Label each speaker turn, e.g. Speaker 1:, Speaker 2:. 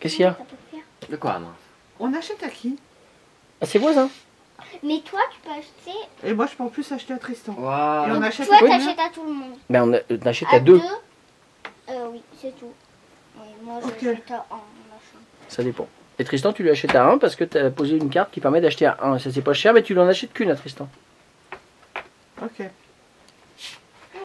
Speaker 1: Qu'est-ce qu'il y a
Speaker 2: Ça peut faire.
Speaker 3: De quoi, moi
Speaker 4: On achète à qui
Speaker 1: À ses voisins.
Speaker 2: Mais toi, tu peux acheter.
Speaker 4: Et moi, je peux en plus acheter à Tristan. Et
Speaker 3: Waouh
Speaker 4: on
Speaker 2: Donc,
Speaker 4: achète
Speaker 2: toi,
Speaker 4: à
Speaker 2: t'achètes à tout le monde.
Speaker 1: Ben on, a- on achète à deux.
Speaker 2: Euh, oui, c'est tout. Oui, moi,
Speaker 4: Ok.
Speaker 2: j'achète à un, machin.
Speaker 1: Ça dépend. Et Tristan, tu lui achètes à un parce que hein, t'as posé une carte qui permet d'acheter à un. Ça c'est pas cher, mais tu l'en achètes qu'une à Tristan.
Speaker 4: Ok.